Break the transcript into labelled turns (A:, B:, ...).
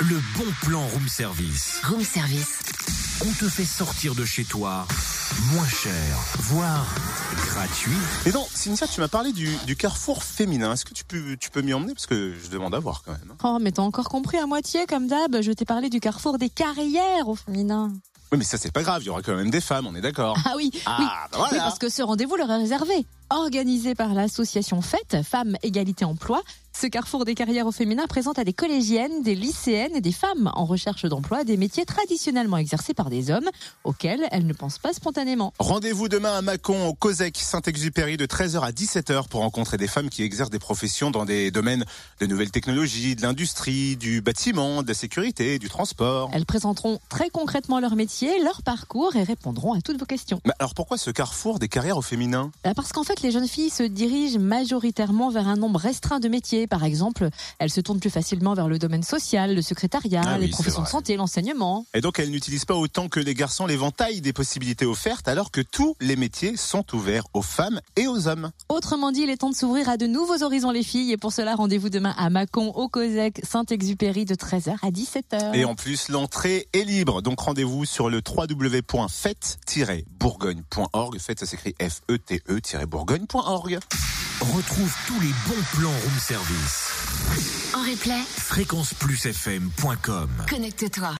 A: Le bon plan room service.
B: Room service.
A: On te fait sortir de chez toi moins cher, voire gratuit.
C: Mais non, Cynthia, tu m'as parlé du, du carrefour féminin. Est-ce que tu peux, tu peux m'y emmener Parce que je demande à voir quand même. hein.
D: Oh, mais t'as encore compris à moitié, comme d'hab. Je t'ai parlé du carrefour des carrières au féminin.
C: Oui, mais ça, c'est pas grave. Il y aura quand même des femmes, on est d'accord.
D: Ah oui, oui.
C: Ah, bah
D: Oui,
C: voilà.
D: parce que ce rendez-vous leur est réservé. Organisé par l'association FETE, Femmes Égalité Emploi, ce carrefour des carrières au féminin présente à des collégiennes, des lycéennes et des femmes en recherche d'emploi des métiers traditionnellement exercés par des hommes auxquels elles ne pensent pas spontanément.
C: Rendez-vous demain à Mâcon, au COSEC Saint-Exupéry, de 13h à 17h pour rencontrer des femmes qui exercent des professions dans des domaines de nouvelles technologies, de l'industrie, du bâtiment, de la sécurité, du transport.
D: Elles présenteront très concrètement leur métier, leur parcours et répondront à toutes vos questions.
C: Mais alors pourquoi ce carrefour des carrières au féminin
D: Bah, Parce qu'en fait, les jeunes filles se dirigent majoritairement vers un nombre restreint de métiers. Par exemple, elles se tournent plus facilement vers le domaine social, le secrétariat,
C: Ah oui,
D: les
C: c'est
D: professions de
C: vrai.
D: santé, l'enseignement.
C: Et donc elles n'utilisent pas autant que les garçons l'éventail des possibilités offertes alors que tous les métiers sont ouverts aux femmes et aux hommes.
D: Autrement dit, il est temps de s'ouvrir à de nouveaux horizons, les filles. Et pour cela, rendez-vous demain à Mâcon, au COSEC, Saint-Exupéry, de 13h à 17h.
C: Et en plus, l'entrée est libre. Donc rendez-vous sur le www.fête-bourgogne.org. Fête, ça s'écrit E F-E-T-E-bourgogne.org.
A: Retrouve tous les bons plans room service.
B: En replay,
A: Fréquenceplusfm.com.
B: connecte-toi.